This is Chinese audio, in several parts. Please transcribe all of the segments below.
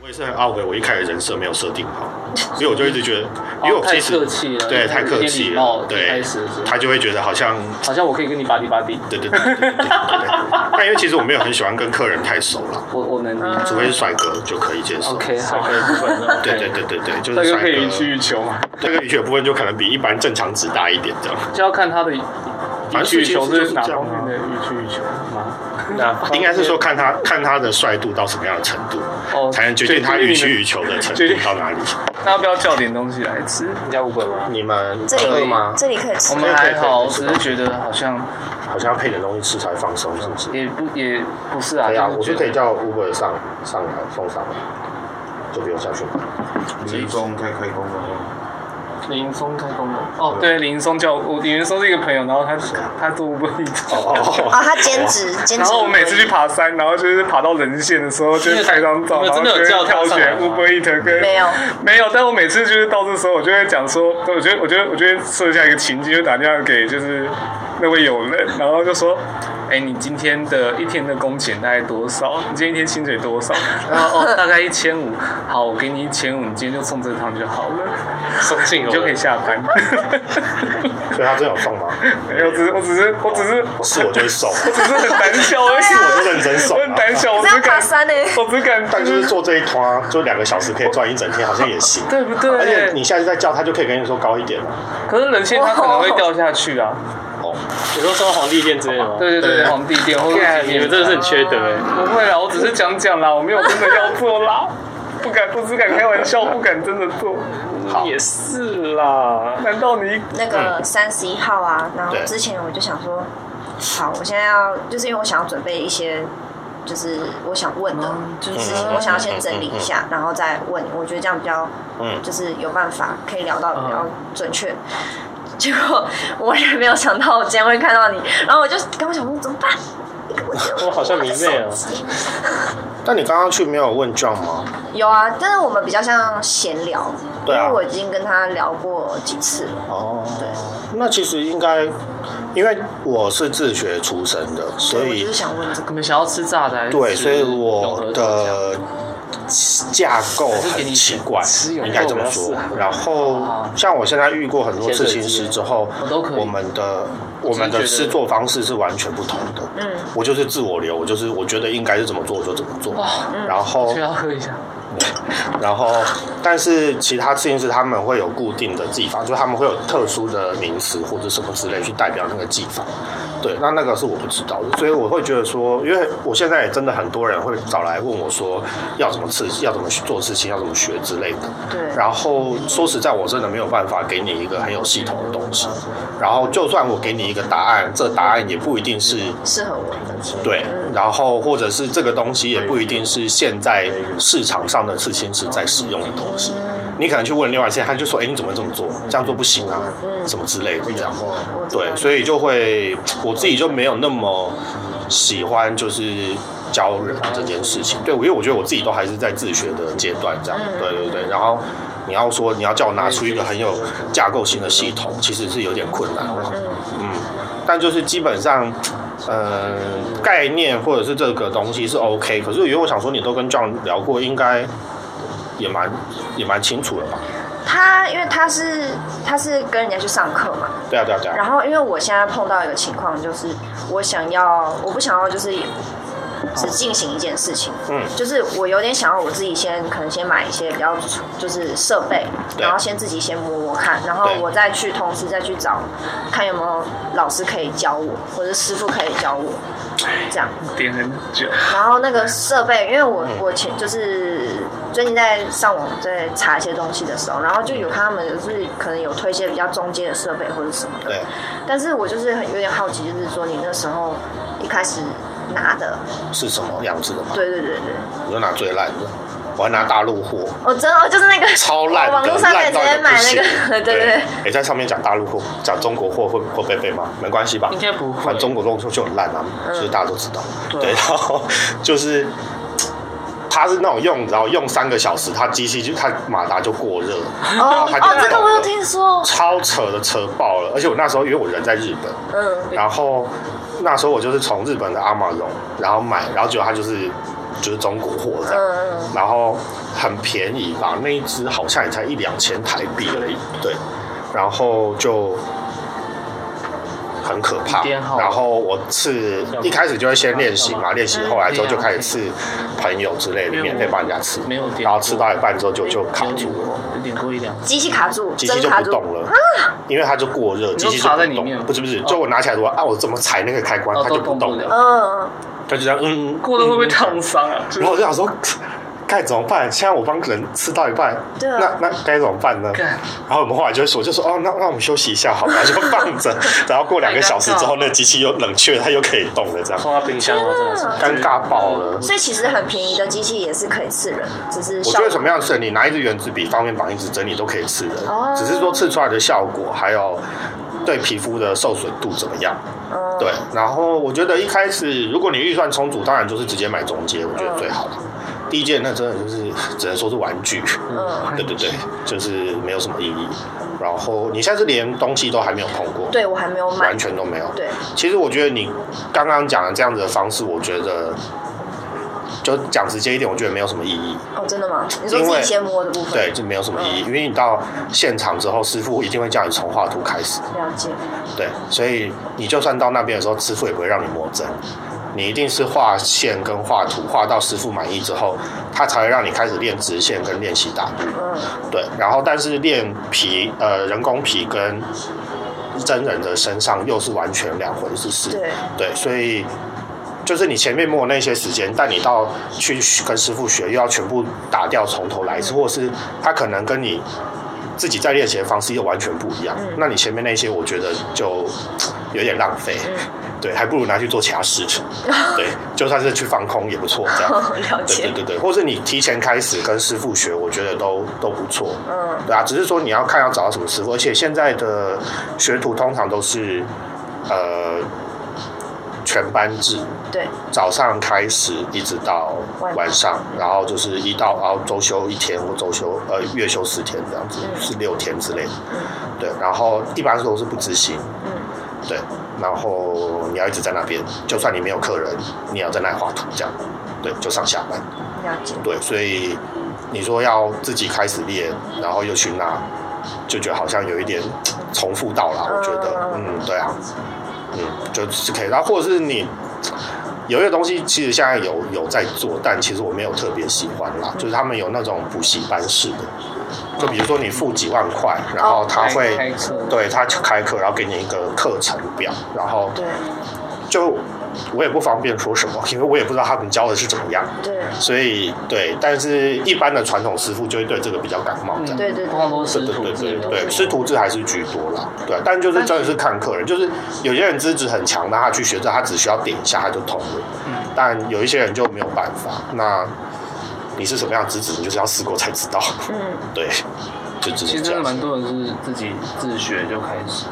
懊悔我一开始人设没有设定好， 所以我就一直觉得，因为哦我太其实、客气了，对太客有点气礼貌了，一对开始是，他就会觉得好像 好像我可以跟你巴蒂巴蒂，对对对对对对对对。但因为其实我没有很喜欢跟客人太熟了，我我能理解除非是帅哥就可以接受。嗯，OK，少好了，一部分 呢。对对对对对，就帅是哥帅可以予取哥。予求嘛？这个语的部分就可能比一般正常值大一点这样。就要看他的反予正取事予情求就是是哪这样方面啊的予取予求 吗？哪应该是说看他看他的帅度到什么样的程度，哦，才能决定他予取予求的程度到哪里。那要不要叫点东西来吃？你家五本吗？你们这饿里吗？这里可以吃我。们还好，只是觉得好像好像要配点东西吃才放松，是不是？也不也不是啊，可以啊，就我就是觉可得以叫 Uber 上上来送上来，就不用下去买。林峰开开工了，林松开工了，哦，对，林松叫我，林松是一个朋友，然后他他做不一哦啊，他兼职兼职。然后我每次去爬山，然后就是爬到人线的时候，就是拍张照，你然们后真就的有会叫他挑上来选吗 Uber Eat 跟没有没有，但我每次就是到这时候，我就会讲说，我觉得我觉得我就会设下一个情境，就打电话给就是那位友人，然后就说，哎，你今天的一天的工钱大概多少？你今天一天薪水多 少？然后哦，大概一千五，好，我给你一千五，你今天就送这趟就好了，松进你就可以下班。 所以他真的有送吗？没有，只是我只是我只是不是我就会送啊，只是很胆小而已，我就认真送我很 啊。胆小，我这只要爬敢山呢、 我只敢，但就是做这一团啊，就两个小时可以赚一整天，好像也行。对不而且你对？下次再叫他，就可以跟你说高一点啊了。可是人线它可能会掉下去啊。哦，你说说皇帝殿之类的吗？对对哦对，对皇帝殿或者干你们真的是很缺德哎！啊不会啦，我只是讲讲啦，我没有真的要做啦，不敢，不只敢开玩笑，不敢真的做。好也是啦，难道你那个三十一号啊，然后对之前我就想说，好，我现在要就是因为我想要准备一些，就是我想问的，就是我想要先整理一下，然后再问你，我觉得这样比较，嗯就是有办法可以聊到比较准确。 结果我完全没有想到我今天会看到你，然后我就刚刚想说怎么办？我好像迷妹啊，但你刚刚去没有问 John 吗？有啊，但是我们比较像闲聊，对啊因为我已经跟他聊过几次了。哦，那其实应该，因为我是自学出身的，所对，我就以是想问这个。你们想要吃炸的还是对，吃所以永和我豆浆的架构还是给很你奇怪吃，永和应该这么比说较适合。然后啊像我现在遇过很多刺青潜水师机之后我都可，以我们的我只是们的觉得制作方式是完全不同的。嗯，我就是自我流，我就是我觉得应该是怎么做我就怎么做。嗯然后需要喝一下。然后，但是其他刺青师他们会有固定的技法，就他们会有特殊的名词或者什么之类去代表那个技法。对，那那个是我不知道的，所以我会觉得说，因为我现在也真的很多人会找来问我说要怎么刺，要怎么去做刺青，要怎么学之类的。对然后说实在，我真的没有办法给你一个很有系统的东西。然后就算我给你一个答案，这答案也不一定是适合我的。对，然后或者是这个东西也不一定是现在市场上的刺青师在使用的东西，你可能去问另外一些，他就说，哎，你怎么会这么做？这样做不行啊，什么之类的这样。我知道对，所以就会我自己就没有那么喜欢就是教人这件事情。对，因为我觉得我自己都还是在自学的阶段，这样。嗯对对对，然后。你要说你要叫我拿出一个很有架构性的系统，其实是有点困难的。嗯，但就是基本上，呃，概念或者是这个东西是 OK。可是因为我想说，你都跟 John 聊过，应该也蛮也蛮清楚了吧？他因为他是他是跟人家去上课嘛，对啊，对啊，对啊。然后因为我现在碰到一个情况，就是我想要，我不想要就是只进行一件事情，嗯就是我有点想要我自己先可能先买一些比较就是设备，对然后先自己先摸摸看，然后对我再去同时再去找看有没有老师可以教我，或者师傅可以教我，这样。点很久？然后那个设备，因为我嗯我前就是最近在上网在查一些东西的时候，然后就有看他们就是可能有推一些比较中阶的设备或者什么的，对，但是我就是很有点好奇，就是说你那时候一开始拿的，是什么样子的嘛？对对对对，我就拿最烂的，我还拿大陆货，我真的就是那个超烂的，哦 网络上可以烂直到一接个不买那行。 个，对对对诶在上面讲大陆货，讲中国货会会被被骂，没关系吧？应该不会反正中国货就很烂啊，嗯所以大家都知道。对，然后就是。它是那种用，然后用三个小时，它机器就它马达就过热了，对，哦然后它就哦，这个抖我有了听说，超扯的，扯爆了。而且我那时候因为我人在日本，嗯，然后那时候我就是从日本的阿玛龙，然后买，然后结果它就是就是中国货这样，嗯，然后很便宜吧，那一只好像也才一两千台币而已，对，然后就很可怕。编号然后我刺一开始就会先练习嘛，练嗯习后来之后就开始刺朋友之类的，免费帮人家刺，啊没有点过然后刺到一半之后就就卡住了。有点过一两次，机器卡住，机器真就卡不住，动了，因为它就过热，你机说器就卡在不里动面了。吗不是不是，就我拿起来说啊，我怎么踩那个开关，哦它就不都动动不了，了嗯，它就这样嗯。过了会不会烫伤啊？然后我就想说， 该怎么办？现在我帮人吃到一半，对啊那那该怎么办呢？干然后我们后来就会说，就说哦，那那我们休息一下好了，就放 着。然后过两个小时之后，那机器又冷却，它又可以动了，这样放到冰啊箱了，真的是尴尬爆了。所以其实很便宜的机器也是可以刺人，只是我效觉果得什么样的事，你拿一支圆珠笔、方便绑一支针，你都可以刺人，哦只是说刺出来的效果还有对皮肤的受损度怎么样。嗯对，然后我觉得一开始如果你预算充足，当然就是直接买中阶，我觉得最好了。第一件那真的就是只能说是玩具，嗯，对对对，就是没有什么意义。然后你现在是连东西都还没有碰过，对我还没有买完，全都没有。对，其实我觉得你刚刚讲的这样子的方式，我觉得就讲直接一点，我觉得没有什么意义。哦，真的吗？你说因自为己先摸的部分，对，，就没有什么意义，因为你到现场之后，师傅一定会叫你从画图开始。了解，对，所以你就算到那边的时候，师傅也不会让你摸针，你一定是画线跟画图画到师傅满意之后，他才会让你开始练直线跟练习打步。嗯， 对，然后但是练皮呃人工皮跟真人的身上又是完全两回事。对，对，所以就是你前面摸那些时间，但你到去跟师傅学，又要全部打掉从头来一次，或是他可能跟你自己在练习的方式又完全不一样。嗯那你前面那些，我觉得就有点浪费。嗯对，还不如拿去做其他事情。 对，就算是去放空也不错，这样。了对对解，对对，或是你提前开始跟师傅学，我觉得都都不错。嗯，对啊，只是说你要看要找到什么师傅，而且现在的学徒通常都是呃全班制，对，早上开始一直到晚晚上，然后就是一到然后周休一天或周休呃月休四天这样子，嗯是六天之类的嗯。对，然后一般都是不执行，嗯，对，然后你要一直在那边，就算你没有客人，你也要在那里画图这样，对，就上下班。了解，对，所以你说要自己开始练，然后又去那，就觉得好像有一点重复到了，我觉得，嗯嗯，对啊，嗯，就是可以。然后或者是你有一个东西，其实现在有有在做，但其实我没有特别喜欢啦，就是他们有那种补习班式的，就比如说你付几万块，然哦后他会。开车对他就开课，然后给你一个课程表，然后对，就我也不方便说什么，因为我也不知道他们教的是怎么样。对，所以对，但是一般的传统师傅就会对这个比较感冒，嗯这样。对对对通常都是对嗯师徒对制对的，对，师徒制还是居多啦，对，但就是真的是看客人，就是有些人资质很强，那他去学这，他只需要点一下他就通了，嗯但有一些人就没有办法。那你是什么样的资质，你就是要试过才知道， 嗯，对，就只是其实这样真的蛮子。多人是自己自学就开始，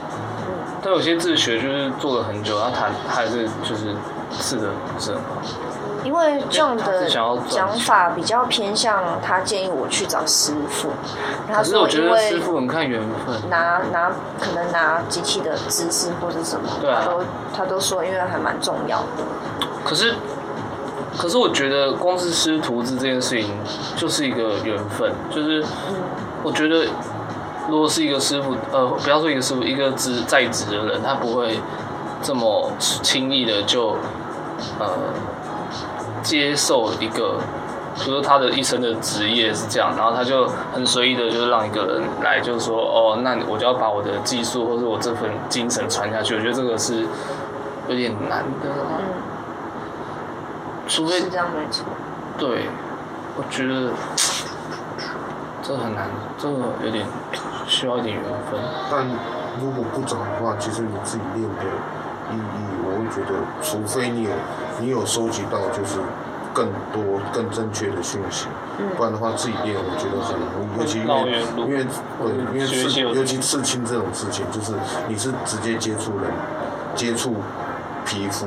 但有些自学就是做了很久，然后他他还是就是试的不是很好。因为这样他的是想要赚讲法比较偏向他建议我去找师傅，他可是我说觉因得师为傅很看缘分，拿拿可能拿机器的知识或者什么，对啊他都他都说因为还蛮重要的，可是可是我觉得光是师徒制这件事情就是一个缘分，就是我觉得如果是一个师傅，呃，不要说一个师傅，一个职在职的人，他不会这么轻易的就呃接受一个，比如说他的一生的职业是这样，然后他就很随意的，就是让一个人来，就是说，哦，那我就要把我的技术或者我这份精神传下去，我觉得这个是有点难的啊、嗯，除非是这样没错，对，我觉得这很难，这个有点需要一点缘分。但如果不找的话，其实你自己练的意义，我会觉得，除非你有你有收集到就是更多更正确的讯息，不然的话自己练，我觉得很容易，尤其因绕为远路嗯因为对，因为学习刺有尤其刺青这种事情，就是你是直接接触人，接触皮肤，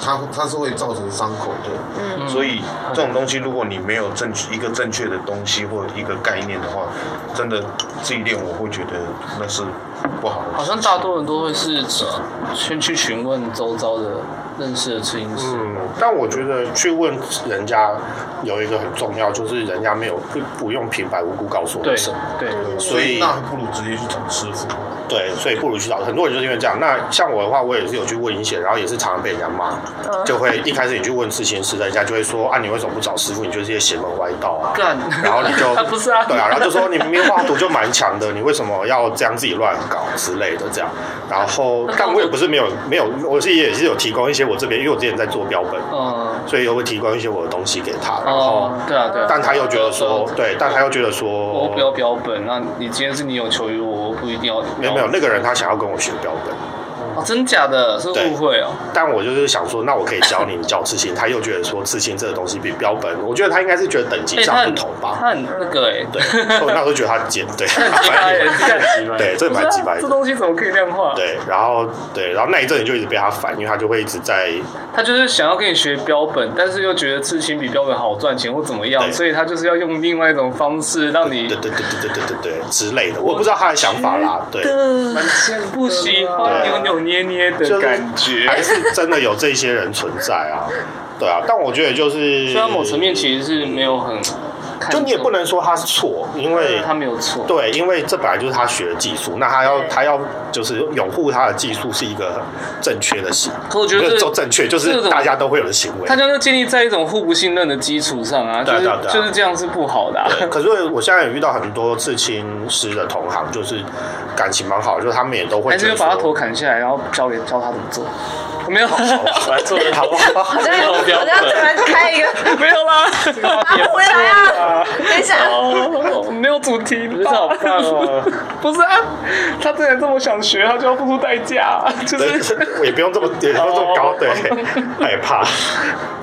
它它是会造成伤口的。所以这种东西，如果你没有正一个正确的东西或一个概念的话，真的自己练，我会觉得那是不好的。好像大多人都会是去去询问周遭的认识的摄影师，嗯，但我觉得去问人家有一个很重要，就是人家没有不不用平白无故告诉我对们什么，对，所以那还不如直接去找师傅。对，所以不如去找很多人就是因为这样。那像我的话，我也是有去问一些，然后也是常常被人家骂，嗯就会一开始你去问咨询师，人家就会说啊，你为什么不找师傅？你就是一些邪门歪道 啊。 干，然后你就不是啊，对啊，然后就说你明明画图就蛮强的，你为什么要这样自己乱搞之类的这样？然后，但我也不是没有没有，我是也是有提供一些我这边，因为我之前在做标本，嗯，所以我会提供一些我的东西给他，然后，哦，对啊，对啊，但他又觉得说，对，但他又觉得我说不，要标本，那你今天是你有求于我，我不一定要，没有没有，那个人他想要跟我学标本，哦，真假的，是对误会哦，但我就是想说，那我可以教你，你教刺青，他又觉得说刺青这个东西比标本，我觉得他应该是觉得等级哎上他不很同吧，他很那个哎，对，所以我那时候觉得他尖，对， 他 反也正是对， 这蛮鸡不是啊掰的这。东西怎么可以量化？对，然后对，然后那一阵你就一直被他烦，因为他就会一直在他就是想要跟你学标本，但是又觉得刺青比标本好赚钱或怎么样，对所以他就是要用另外一种方式让对你对对对对对对对之类的，我也不知道他的想法啦，对，不喜欢对扭啊扭捏捏的就是感觉。还是真的有这些人存在啊，对啊，但我觉得就是，虽然某层面其实是没有很，看就你也重不能说他是错，因为他没有错，对，因为这本来就是他学的技术，那他要他要就是拥护他的技术是一个正确的行，可我觉得不这是说正确就是这种大家都会有的行为他。就是建立在一种互不信任的基础上啊，就对啊是对啊对啊就是这样是不好的啊。对可是我现在也遇到很多刺青师的同行，就是感情蛮好的，就是他们也都会 还是觉就得把他头说，砍下来，然后教给教他怎么做。没有，我来做人好不好？好像好像突然 开一个， 没有啦，啊回来啊！等一下，哦，没有主题，不不是好棒哦！ 不是啊，他真的这么想学，他就要付出代价 啊、就对是我也不用这么也不用这么高， 对，害怕。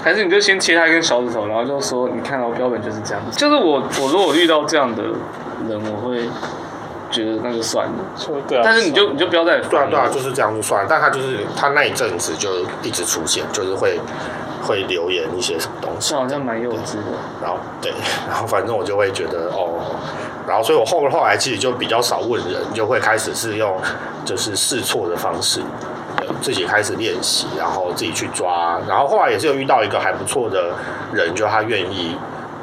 还是你就先切他一根小指头，然后就说，你看到、哦标本就是这样子。就是我，我如果遇到这样的人，我会觉得那就算了。就对啊，但是你就你就不要再对啊烦对啊，我就是这样就算了。但他就是他那一阵子就一直出现，就是会会留言一些什么东西这，好像蛮幼稚的，然后对， 然后反正我就会觉得哦，然后所以我后后来其实就比较少问人，就会开始是用就是试错的方式，对自己开始练习，然后自己去抓，然后后来也是有遇到一个还不错的人，就他愿意。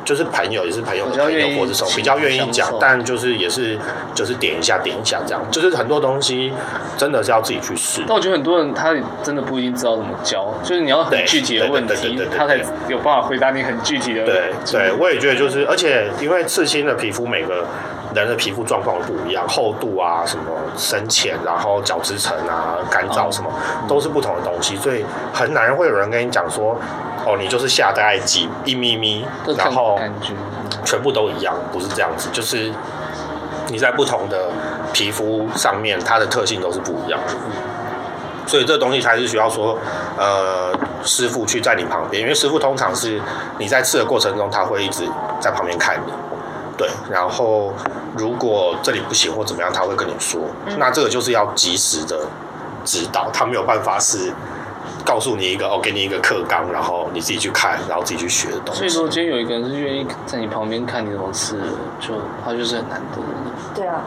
就是朋友也是朋友比的较朋友愿意或者什么，请比较愿意享讲受，但就是也是就是点一下点一下这样，就是很多东西真的是要自己去试。但我觉得很多人他也真的不一定知道怎么教，就是你要很对具体的对对问对对题对，对他才有办法回答你很具体的。对对，我也觉得就是，而且因为刺青的皮肤每个人的皮肤状况不一样，厚度啊、什么深浅，然后角质层啊、干哦燥什么，嗯都是不同的东西，所以很难会有人跟你讲说，哦，你就是下大概几一咪咪这，然看后感觉。全部都一样，不是这样子，就是你在不同的皮肤上面，它的特性都是不一样的。所以这东西才是需要说，呃，师傅去在你旁边，因为师傅通常是你在刺的过程中，他会一直在旁边看你，对。然后如果这里不行或怎么样，他会跟你说。嗯那这个就是要及时的指导，他没有办法是告诉你一个哦，给你一个课纲，然后你自己去看，然后自己去学的东西。所以说，今天有一个人是愿意在你旁边看你怎么吃的，就他就是很难得的人。对啊，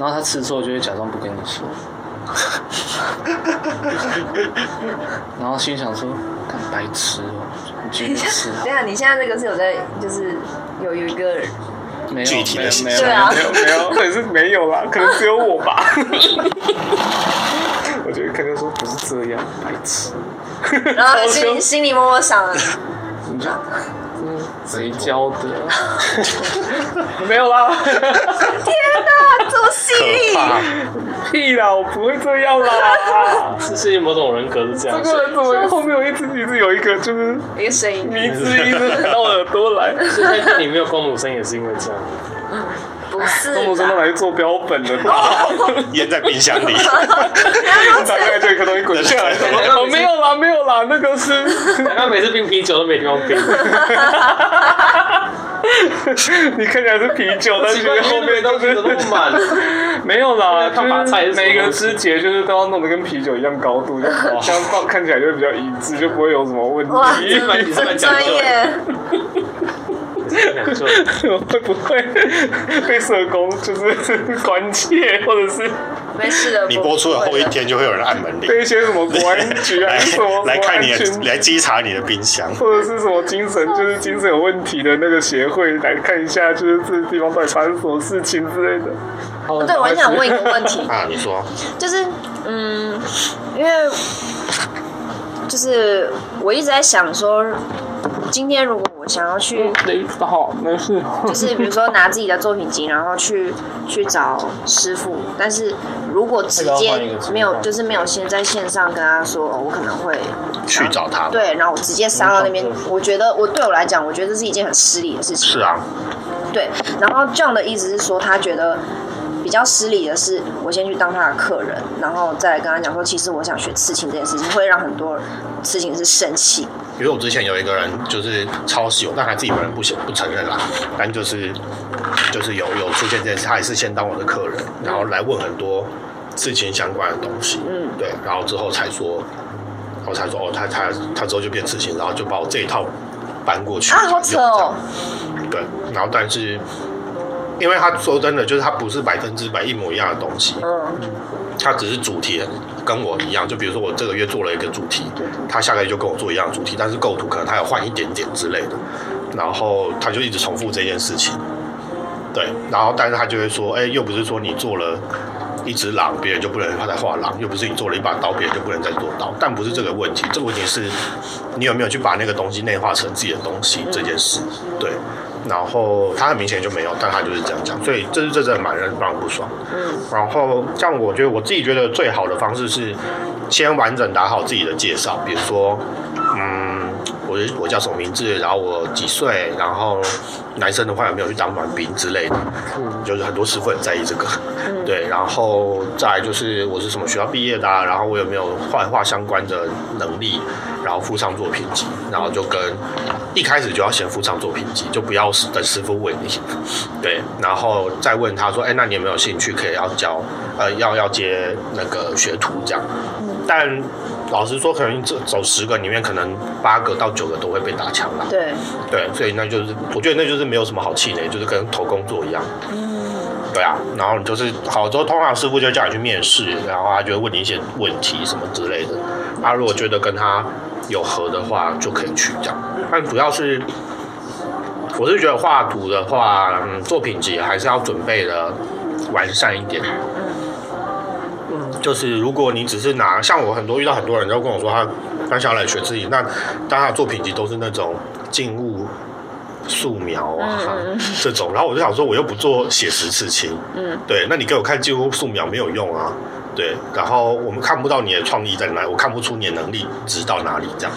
然后他吃错就会假装不跟你说，然后心想说：“干白痴哦、你继续吃好等一下，你现在这个是有在，就是有有一个没有具体的没有形没有对啊没有没有，可能是没有啦，可能只有我吧。 我觉得可能说不是这样，白痴。然后心心里默默想啊了，你就嗯谁教的？ 没有啦，天哪，这么细可怕腻，，屁啦，我不会这样啦。是是某种人格是这这个人怎么后面有一直一直有一个就是一个声音，迷之一直喊到我耳朵 来？你没有公母生也是因为 这样。不是中国生都吧？来做标本了吧？淹在冰箱里。打开就一颗东西滚下来，对 哦没有啦没有啦，那个 是他每次冰啤酒都没地方冰， 你看起来是啤酒，但是后面都是满。 没有啦，看法菜就是是什么每个枝节就是都要弄得跟啤酒一样高度，就哦这样放看起来 就会比较一致，就不会有什么问哇，题。很专业，难做。 会不会被社工就是 关切，或者是没事的。你播出的后一，天就会有人按门铃，被一些什么 国安局啊，来还是什么来看你国安的，群来稽查你的冰箱。或者是什么精 神，就是精神有问题的那个协会来看一下，就是这地方到底发生什么事情之类的。哦对我很想问 一个问题，啊，你说就是嗯，因为就是我一直在想说，今天如果我想要去，雷好，没事。就是比如说拿自己的作品集，然后去去找师傅，但是如果直接没有，就是没有先在线上跟他说，哦我可能会去找他们。对，然后我直接杀到那边，我觉得我对我来讲，我觉得这是一件很失礼的事情。是啊，对，然后 John 的意思是说，他觉得比较失礼的是，我先去当他的客人，然后再来跟他讲说，其实我想学刺青这件事情，会让很多事情是生气。比如我之前有一个人就是抄袭我，但他自己本人不承不承认啦，但就是就是有有出现这件事，他也是先当我的客人，然后来问很多事情相关的东西，嗯对，然后之后才说，然后才说哦，他他他之后就变刺青，然后就把我这一套搬过去啊，好扯哦！用这样对，然后但是因为他说真的，就是他不是百分之百一模一样的东西，嗯，他只是主题跟我一样，就比如说我这个月做了一个主题，他下个月就跟我做一样的主题，但是构图可能他有换一点点之类的，然后他就一直重复这件事情，对，然后但是他就会说，哎、又不是说你做了。一只狼，别人就不能再画狼；又不是你做了一把刀，别人就不能再做刀。但不是这个问题，这个问题是你有没有去把那个东西内化成自己的东西这件事。对，然后他很明显就没有，但他就是这样讲，所以这是这真的蛮让让人不爽。然后像我觉得我自己觉得最好的方式是先完整打好自己的介绍，比如说，嗯，我是我叫什么名字，然后我几岁，然后男生的话有没有去当完兵之类的，就是很多师傅很在意这个，对，然后再来就是我是什么学校毕业的、啊，然后我有没有画画相关的能力，然后附上作品集，然后就跟一开始就要先附上作品集，就不要等师傅问你，对，然后再问他说，哎，那你有没有兴趣可以要教，呃，要要接那个学徒这样？但老实说，可能这走十个里面，可能八个到九个都会被打枪啦。对，对，所以那就是我觉得那就是没有什么好气馁，就是跟投工作一样。对啊，然后你就是好之后，通常师傅就叫你去面试，然后他就会问你一些问题什么之类的。他如果觉得跟他有合的话，就可以去这样。但主要是，我是觉得画图的话，嗯，作品集还是要准备的完善一点。就是如果你只是拿，像我很多遇到很多人都跟我说他他想要来学自己，那但他的作品集都是那种静物素描啊、这种，然后我就想说我又不做写实刺青，嗯，对，那你给我看静物素描没有用啊，对，然后我们看不到你的创意在哪里，我看不出你的能力值到哪里这样，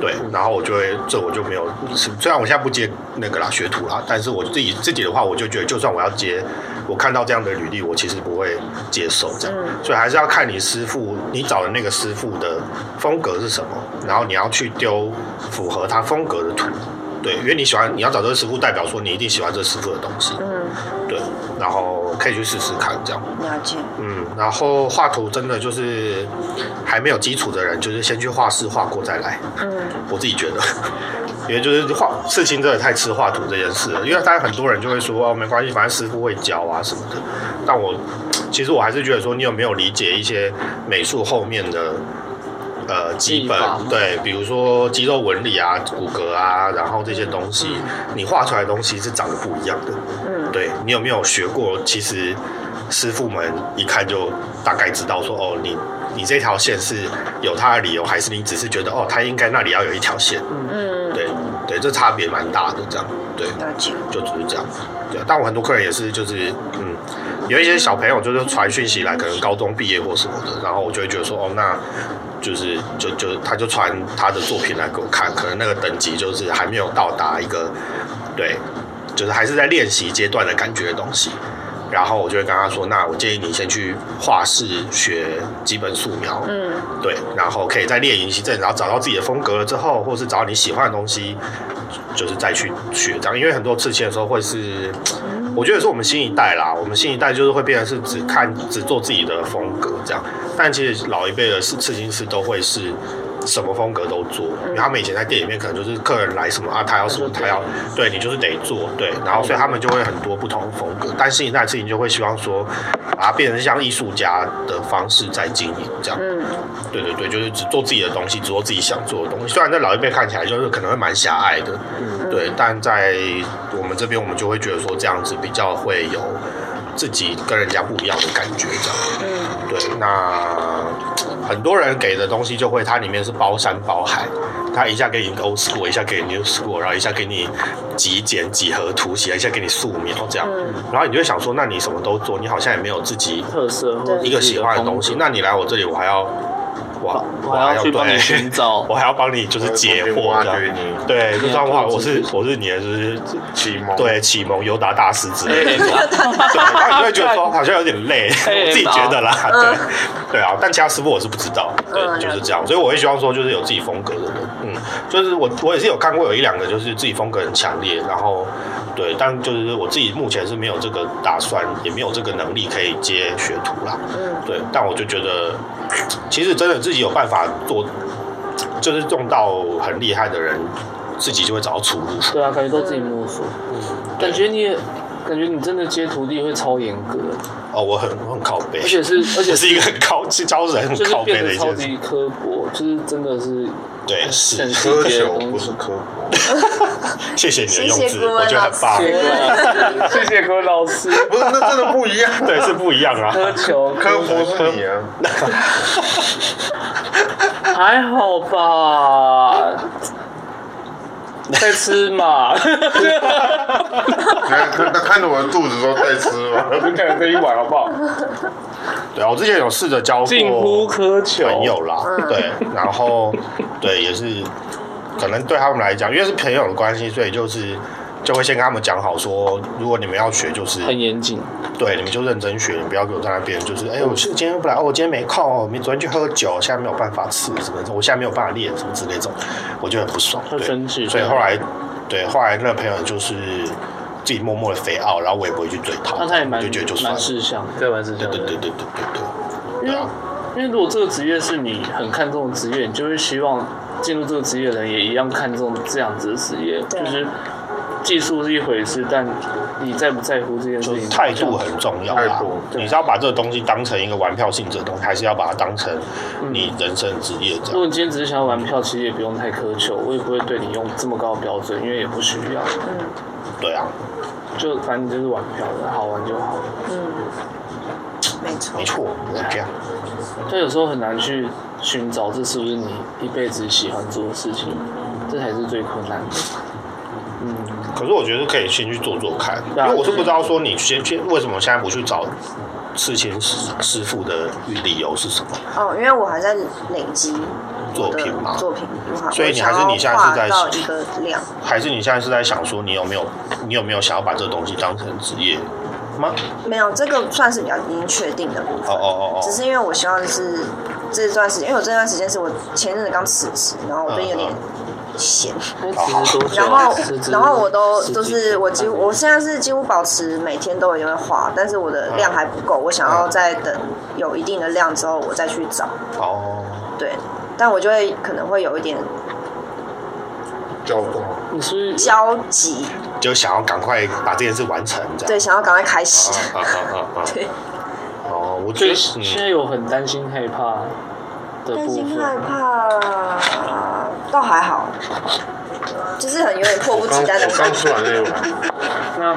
对，然后我就会这我就没有，虽然我现在不接那个啦学徒啦，但是我自己自己的话，我就觉得就算我要接，我看到这样的履历，我其实不会接受这样，所以还是要看你师傅你找的那个师傅的风格是什么，然后你要去丢符合他风格的图。对，因为你喜欢，你要找这个师傅，代表说你一定喜欢这个师傅的东西。嗯，对，然后可以去试试看这样。了解。嗯，然后画图真的就是还没有基础的人，就是先去画室画过再来。嗯，我自己觉得，因为就是画事情真的太吃画图这件事了，因为当然很多人就会说哦没关系，反正师傅会教啊什么的。但我其实我还是觉得说，你有没有理解一些美术后面的呃基本技法吗对，比如说肌肉纹理啊、骨骼啊，然后这些东西，你画出来的东西是长得不一样的。嗯对你有没有学过？其实师傅们一看就大概知道说，哦，你你这条线是有它的理由，还是你只是觉得哦，它应该那里要有一条线？嗯，对对，这差别蛮大的，这样对，了解。就只是这样。对，啊但我很多客人也是，就是嗯，有一些小朋友就是传讯息来，可能高中毕业或什么的，然后我就会觉得说，哦，那就是就就他就传他的作品来给我看，可能那个等级就是还没有到达一个对，就是还是在练习阶段的感觉的东西。然后我就会跟他说，那我建议你先去画室学基本素描，嗯对，然后可以再练一阵，然后找到自己的风格了之后，或是找到你喜欢的东西，就是再去学这样。因为很多刺青的时候会是，我觉得是我们新一代啦，我们新一代就是会变成是只看只做自己的风格这样，但其实老一辈的刺刺青师都会是什么风格都做。因为他们以前在店里面可能就是客人来什么啊，他要什么，他要对你就是得做对，然后所以他们就会很多不同风格。但新一代事情就会希望说，把它变成像艺术家的方式在经营这样。嗯，对对对，就是只做自己的东西，只做自己想做的东西。虽然在老一辈看起来就是可能会蛮狭隘的，对，但在我们这边，我们就会觉得说这样子比较会有自己跟人家不一样的感觉，这样。对，那很多人给的东西就会，它里面是包山包海，它一下给你一个 old school，一下给你 new school，然后一下给你极简几何图形，一下给你素描这样，然后你就会想说，那你什么都做，你好像也没有自己特色或对者一个喜欢 的 东西，那你来我这里，我还要，我我还要去帮你寻找 我还要帮你就是解惑挖这样。掘你对，就算话，你要我做自是己我是你的就是启蒙，对启蒙尤达大师之类哎 的，然后 ASMR 你会觉得 说好像有点累，哎我自己觉得啦， 对对啊，但其他师傅我是不知道，对嗯，就是这样，所以我会希望说就是有自己风格的人，嗯，就是我我也是有看过有一两个就是自己风格很强烈，然后对，但就是我自己目前是没有这个打算，也没有这个能力可以接学徒啦，嗯，对，但我就觉得其实真的自己有办法做，就是用到很厉害的人，自己就会找到出路，对啊，感觉都自己摸索，感觉你也感觉你真的接徒弟会超严格，哦，我很我很靠背，而 且是而且也是一个很高教人很就是靠背变的得一超件事，级刻薄，就是真的是对，是很细苛节的求东不西是。刻薄，谢谢你的用谢字，谢顾问我觉得很棒老，师 谢谢各位老师，不是那真的不一样。对，是不一样 啊。苛求科博是你啊，还好吧， 在吃嘛，他他看着我的肚子都在吃 嘛，就看这一碗好 不好？对啊，我之前有试着教过近乎苛求。朋友啦，嗯对，然后对也是，可能对他们来讲，因为是朋友的关系，所以就是就会先跟他们讲好说，如果你们要学，就是很严谨，对你们就认真学，你不要给我在那边就是，哎、我今天不来，哦，我今天没空，哦，我昨天去喝酒，现在没有办法吃什么，我现在没有办法练什么之类这种，我就很不爽，会对生气所以后来，对，后来那个朋友就是自己默默的飞傲，然后我也不会去追他，那他也蛮就觉得就算蛮了，事项，对，蛮事对项对的。对对对对对，因对为啊，因为如果这个职业是你很看重的职业，你就会希望进入这个职业的人也一样看重这样子的职业，对就是技术是一回事，但你在不在乎这件事就是情，态度啊很重要态啦度。对你是要把这个东西当成一个玩票性质的东西，还是要把它当成嗯你人生的职业这如果样？你今天只是想要玩票，其实也不用太苛求，我也不会对你用这么高的标准，因为也不需要。对啊，就反正就是玩票的，好玩就好了。没错没，错，我这样。但有时候很难去寻找这是不是你一辈子喜欢做的事情，这才是最困难的。可是我觉得可以先去做做看，因对啊为我是不知道说你先去为什么现在不去找事先师师傅的理由是什么？哦，因为我还在累积作我的品嘛作品，我还所以我你还是想要你现在是画在到一个量，还是你现在是在想说你有没有你有没有想要把这个东西当成职业吗？没有这个算是比较已经确定的部分哦哦哦哦只，是因为我希望是这段时间，因为我这段时间是我前阵子刚辞职，然后我最近有点闲，哎其实多久然啊后十几然后我都十几都是我几乎嗯我现在是几乎保持每天都有一定会画，但是我的量还不够，我想要再等有一定的量之后我再去找，哦，对，但我就会可能会有一点叫动。你是不是焦急，就想要赶快把这件事完成，这样。对，想要赶快开始，啊啊啊啊！对，哦，我觉对得现嗯，在有很担心害怕的担部心害分，怕倒还好，就是很有点迫不我及刚待的我感刚觉。吃完那个碗，那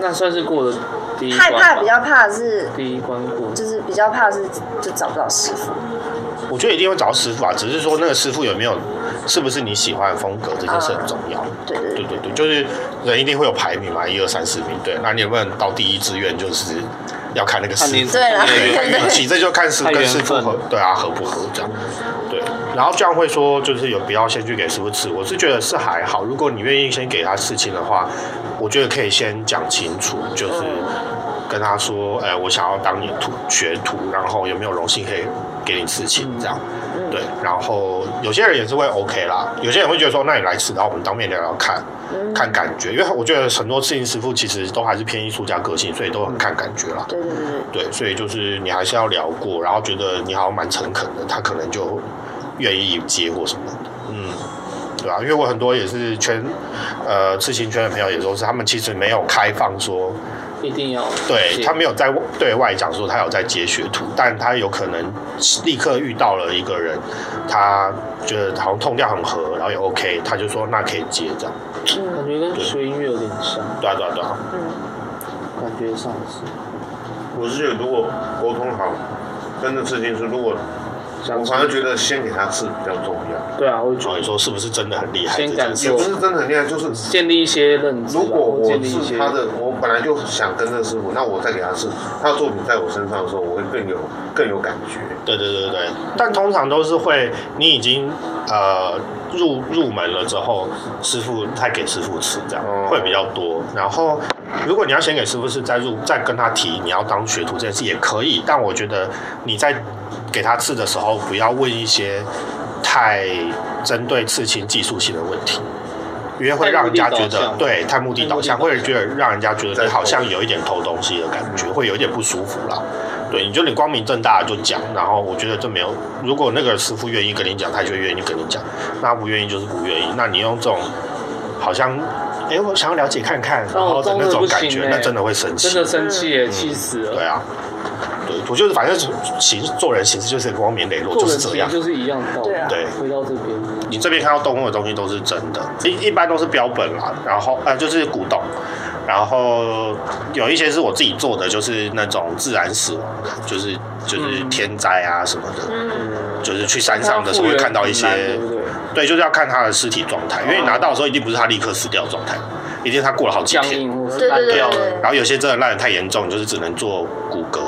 那算是过了第一害关吧。怕比较怕的是，第一关过，就是比较怕的是就找不到师傅。我觉得一定会找到师傅啊，只是说那个师傅有没有，是不是你喜欢的风格，这件事很重要。对对对对，对对，就是人一定会有排名嘛，一二三四名。对，那你有没有到第一志愿，就是要看那个师看你傅。对啦对，看运气，这就看师看跟缘师傅分合，对啊，合不合这样。对，然后这样会说，就是有必要先去给师傅吃。我是觉得是还好，如果你愿意先给他事情的话，我觉得可以先讲清楚，就是跟他说，哎、我想要当你徒学徒，然后有没有荣幸可以给你事情这样。对，然后有些人也是会 OK 啦，有些人会觉得说，那你来吃，然后我们当面聊聊看，看感觉，因为我觉得很多刺青师傅其实都还是偏艺术家个性，所以都很看感觉啦。对对对对，对，所以就是你还是要聊过，然后觉得你好像蛮诚恳的，他可能就愿意接或什么的。嗯，对啊，因为我很多也是圈呃刺青圈的朋友也都是，他们其实没有开放说一定要对写他没有在对外讲说他有在接学徒，但他有可能立刻遇到了一个人，他觉得好像痛调很合，然后也 OK，他就说那可以接这样，感觉跟学音乐有点像，对啊对啊对啊，感觉上是。我是觉得如果沟通好，真的事情是如果相我信反而觉得先给他吃比较重要，对啊，我会觉然后得你说是不是真的很厉害？先这件感事受也不是真的很厉害，就是建立一些认知吧，如果或我建立一是些他的，我本来就想跟这个师傅，那我再给他试，他的作品在我身上的时候，我会更有更有感觉。啊对对对对对，但通常都是会，你已经呃入入门了之后，师傅再给师傅吃，这样、哦会比较多。然后，如果你要先给师傅吃，再入再跟他提你要当学徒这件事也可以，但我觉得你在给他吃的时候，不要问一些太针对刺青技术性的问题。因为会让人家觉太目的导得向对太目的导向，太目的导向会觉得让人家觉得你好像有一点偷东西的感觉，会有一点不舒服啦。对，你就你光明正大地就讲，然后我觉得这没有，如果那个师傅愿意跟你讲，他就愿意跟你讲，那不愿意就是不愿意。那你用这种好像，哎，我想要了解看看，然后的那种感觉，哦真的不行欸那真的会生气真。的生气耶，气死对了。啊，对，我就是反正行做人行事就是光明磊落，做就人是其这实样。就是一样道理。对啊对回到这边，你这边看到动物的东西都是真的，一一般都是标本啦，然后呃就是古董，然后有一些是我自己做的，就是那种自然死亡的，就是就是嗯天灾啊什么的，嗯就是去山上的时候会看到一些它复原很难对不对？对，就是要看他的尸体状态，因为你拿到的时候一定不是他立刻死掉的状态，一定是他过了好几僵天。啊硬或是对烂对对掉对了。对然后有些真的烂的太严重，就是只能做骨骼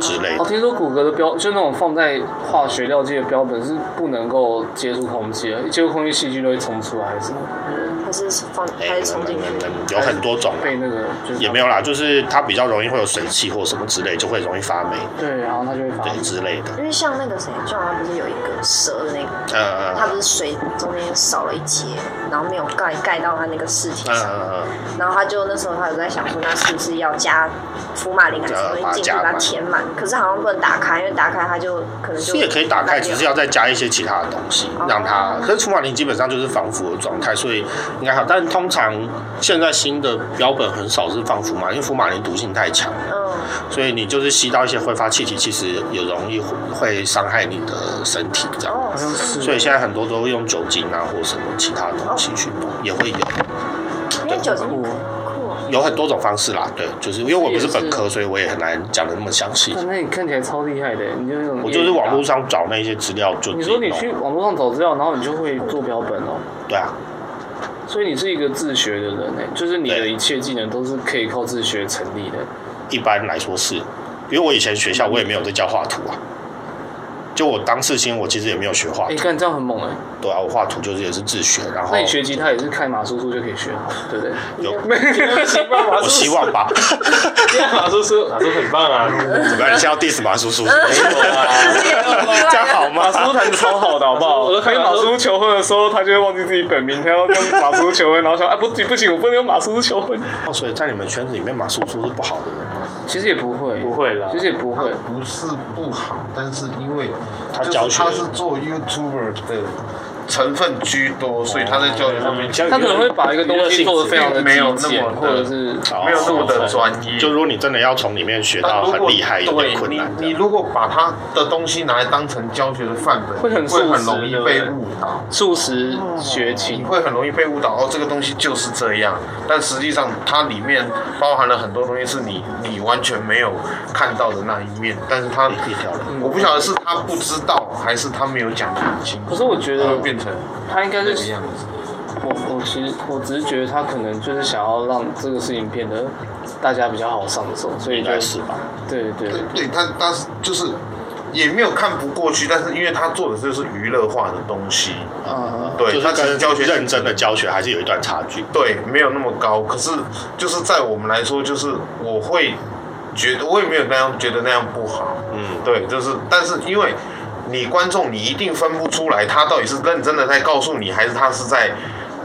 之类哦，的。听说骨骼的标，就那种放在化学料剂的标本是不能够接触空气的，一接触空气细菌都会冲出来，还是还是放哎还是冲进去，有很多种啊，被那个就是也没有啦，就是它比较容易会有水汽或什么之类，就会容易发霉，对，然后它就哦会发对之类的。因为像那个谁，就好像不是有一个蛇的那个，呃它不是水中间少了一节，然后没有盖盖到它那个尸体呃上，呃，然后他就那时候他有在想说，那是不是要加福马林还是什么东西进去把它填满？可是好像不能打开，因为打开它就可能其就哦实也可以打开，烂掉只是要再加一些其他的东西，让它。可是除法林基本上就是防腐的状态，所以应该好。但通常现在新的标本很少是放福马林，因为福马林毒性太强，嗯所以你就是吸到一些挥发气体，其实也容易会伤害你的身体这样。哦是所以现在很多都会用酒精啊或什么其他东西去弄，也会有。因为酒精酷酷哦，有很多种方式啦，对，就是因为我不是本科，所以我也很难讲的那么详细。但那你看起来超厉害的，你就那种我就是网络。上找那些资料就你自己说弄你去网络上找资料，然后你就会做标本哦，对啊，所以你是一个自学的人哎，就是你的对一切技能都是可以靠自学成立的。一般来说是，因为我以前学校我也没有在教画图啊，就我当刺青，我其实也没有学画哎，图，干这样很猛哎，对啊，我画图就是也是自学，然后那你学吉他也是看马叔叔就可以学好，对不对？ 我希望吧，马叔叔，马叔很棒啊，怎么样？你先要 diss 马叔叔，这 这样好吗？马叔弹的超好的，好不好？我都看跟到马叔求婚的时候，他就会忘记自己本名，他要跟马叔求婚，然后想，啊， 不行不行，我不能用马叔求婚。所以在你们圈子里面，马叔叔是不好的人吗，其实也不会，不会啦其实也不会。不是不好，但是因为他就是教学他是做 YouTuber 的成分居多，所以他在教育上哦面他可能会把一个东西做的非常的没有极简那么的或者是没有那么的专业。就如果你真的要从里面学但到如很果厉害，有点对困你难，的你。如果把他的东西拿来当成教学的范本，会很会速食很容易被误导。素食学你琴，会很容易被误导哦，这个东西就是这样，但实际上它里面包含了很多东西是你你完全没有看到的那一面，但是它可以跳了我不晓得是他不知道还是他没有讲得很清楚，可是我觉得它会变成他应该这个是样子。我我其实我只是觉得他可能就是想要让这个事情变得大家比较好上手，所以应就该是吧，对对对对，他他是就是也没有看不过去，但是因为他做的就是娱乐化的东西，啊，就对，他是跟其实教学认真的教学还是有一段差距。对，没有那么高。可是就是在我们来说，就是我会觉得我也没有那样觉得那样不好。嗯，对，就是但是因为你观众你一定分不出来，他到底是认真的在告诉你，还是他是在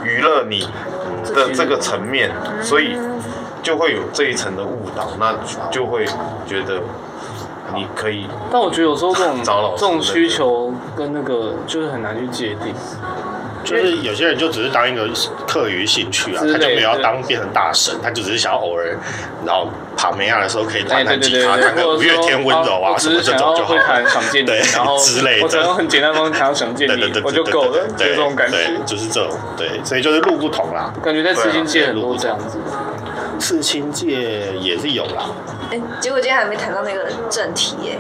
娱乐你的嗯这个层面，所以就会有这一层的误导，那就会觉得你可以但我觉得有时候 这种找老师这种需那个求跟那个就是很难去界定，就是有些人就只是当一个课余兴趣啊，之类他的就没有要当变成大神，他就只是想要偶尔，然后旁梅亚的时候可以哎，弹对弹对吉对，他，弹或个者五月说哦天温柔啊我什只么这是想种要就好会弹想见你，对然 后之类的我只能用很简单的方式弹到想见对对你对，，我就够了，就对，这种感觉对。就是这种对，所以就是路不同啦，感觉在刺青界很多这样子，刺青界也是有啦，哎，结果今天还没谈到那个正题耶，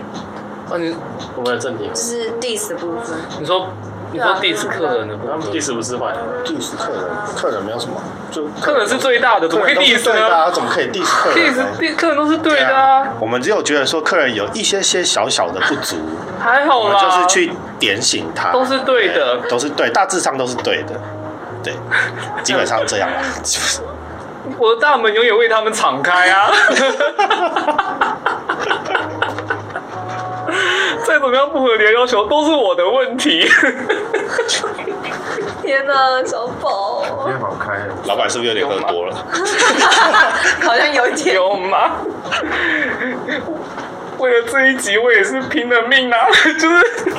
哦，你我们的正题就，是 diss 的部分。你说你说第一次客人的部他们分第，十五是坏的，第十客人客人没有什么，就客人是最大的，怎么可以第一次对的呢啊，怎么可以 diss 客第一人次呢？第客人都是对对的啊，，我们只有觉得说客人有一些些小小的不足，还好我们啦，就是去点醒他，啊都是对的，都是对，大致上都是对的，对，基本上这样啦。我的大门永远为他们敞开啊。 再怎么样不合理的要求都是我的问题。天哪，小宝，天好开 哦， 老板是不是有点喝多 了？好像有一点。有吗？为了这一集，我也是拼了命啊！ 就是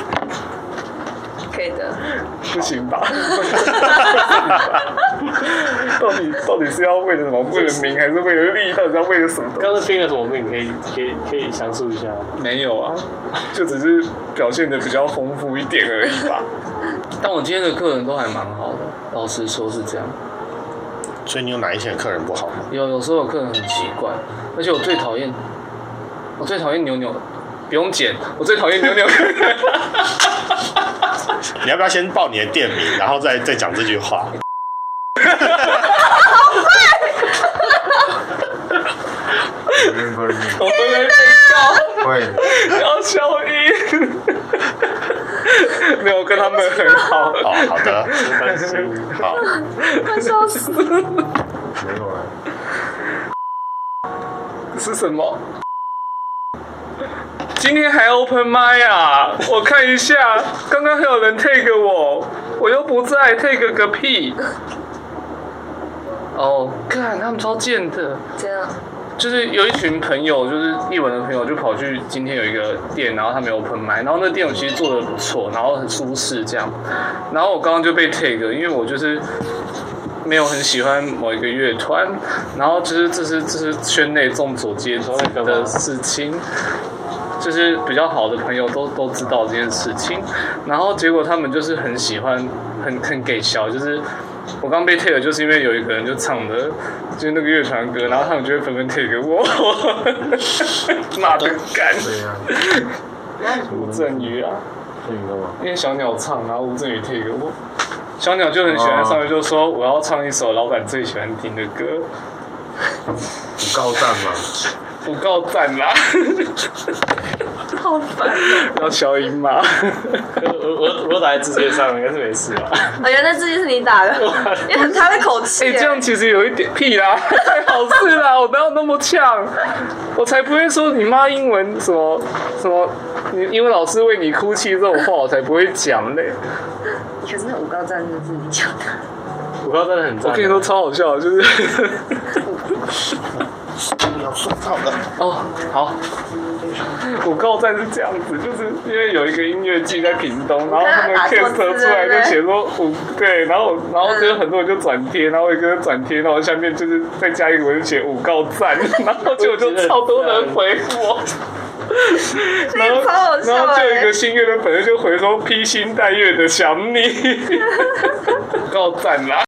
可以的，不行吧？ 到底到底是要为了什么？为了名还是为了利？到底要为了什么？刚刚是拼了什么命？可以可以可以详述一下。没有啊，就只是表现的比较丰富一点而已吧。但我今天的客人都还蛮好的，老实说是这样。所以你有哪一天客人不好吗？有有时候有客人很奇怪，而且我最讨厌，我最讨厌牛牛，不用剪，我最讨厌牛 牛。你要不要先报你的店名，然后再再讲这句话？不认不认，我会被 告，会， 要消音。 没有跟他们很好，哦，好 的，好，快笑死！没有啊，是什么？今天还 open m i 啊！我看一下，刚刚还有人 take 我，我又不在，take 个屁！哦，看他们超贱的。这样，就是有一群朋友，就是艺文的朋友，就跑去今天有一个店，然后他没有 open 麦，然后那店我其实做的不错，然后很舒适这样，然后我刚刚就被 tag，因为我就是没有很喜欢某一个乐团，然后就是这是这是圈内众所皆知的事情，就是比较好的朋友都都知道这件事情，然后结果他们就是很喜欢，很很给笑，就是我刚被 tag 就是因为有一个人就唱的，就是那个乐团歌，然后他们就会纷纷 tag 我，妈的干，对啊呀， 吴镇宇啊，对的嘛，因为小鸟唱，然后吴镇宇 tag 我，小鸟就很喜欢上去就说我要唱一首老板最喜欢听的歌，不高档啊嘛，不告赞啦， 好烦啊！要消音嘛，我我我打在字界上应该是没事吧？哦，原来这就是你打的， 也很他的口气欸哎、耶。这样其实有一点屁啦， 好事啦，我哪有那么呛？我才不会说你妈英文什么什么，你英文老师为你哭泣这种话，我才不会讲嘞。可是那五高站真的是你讲的，我刚真的很赞。啊我跟你说超好笑的，就是要说好的，哦，好。我告赞是这样子，就是因为有一个音乐剧在屏东，然后他们打错 cast 啊字对不出对嗯来就写说五对，然后我然后就很多人就转贴，然后我一个转贴，然后下面就是再加一个我就写五告赞，然后结果就超多人回我。然后超好，笑然后就有一欸个新 乐的粉丝就回说披星戴月的想你，告赞啦！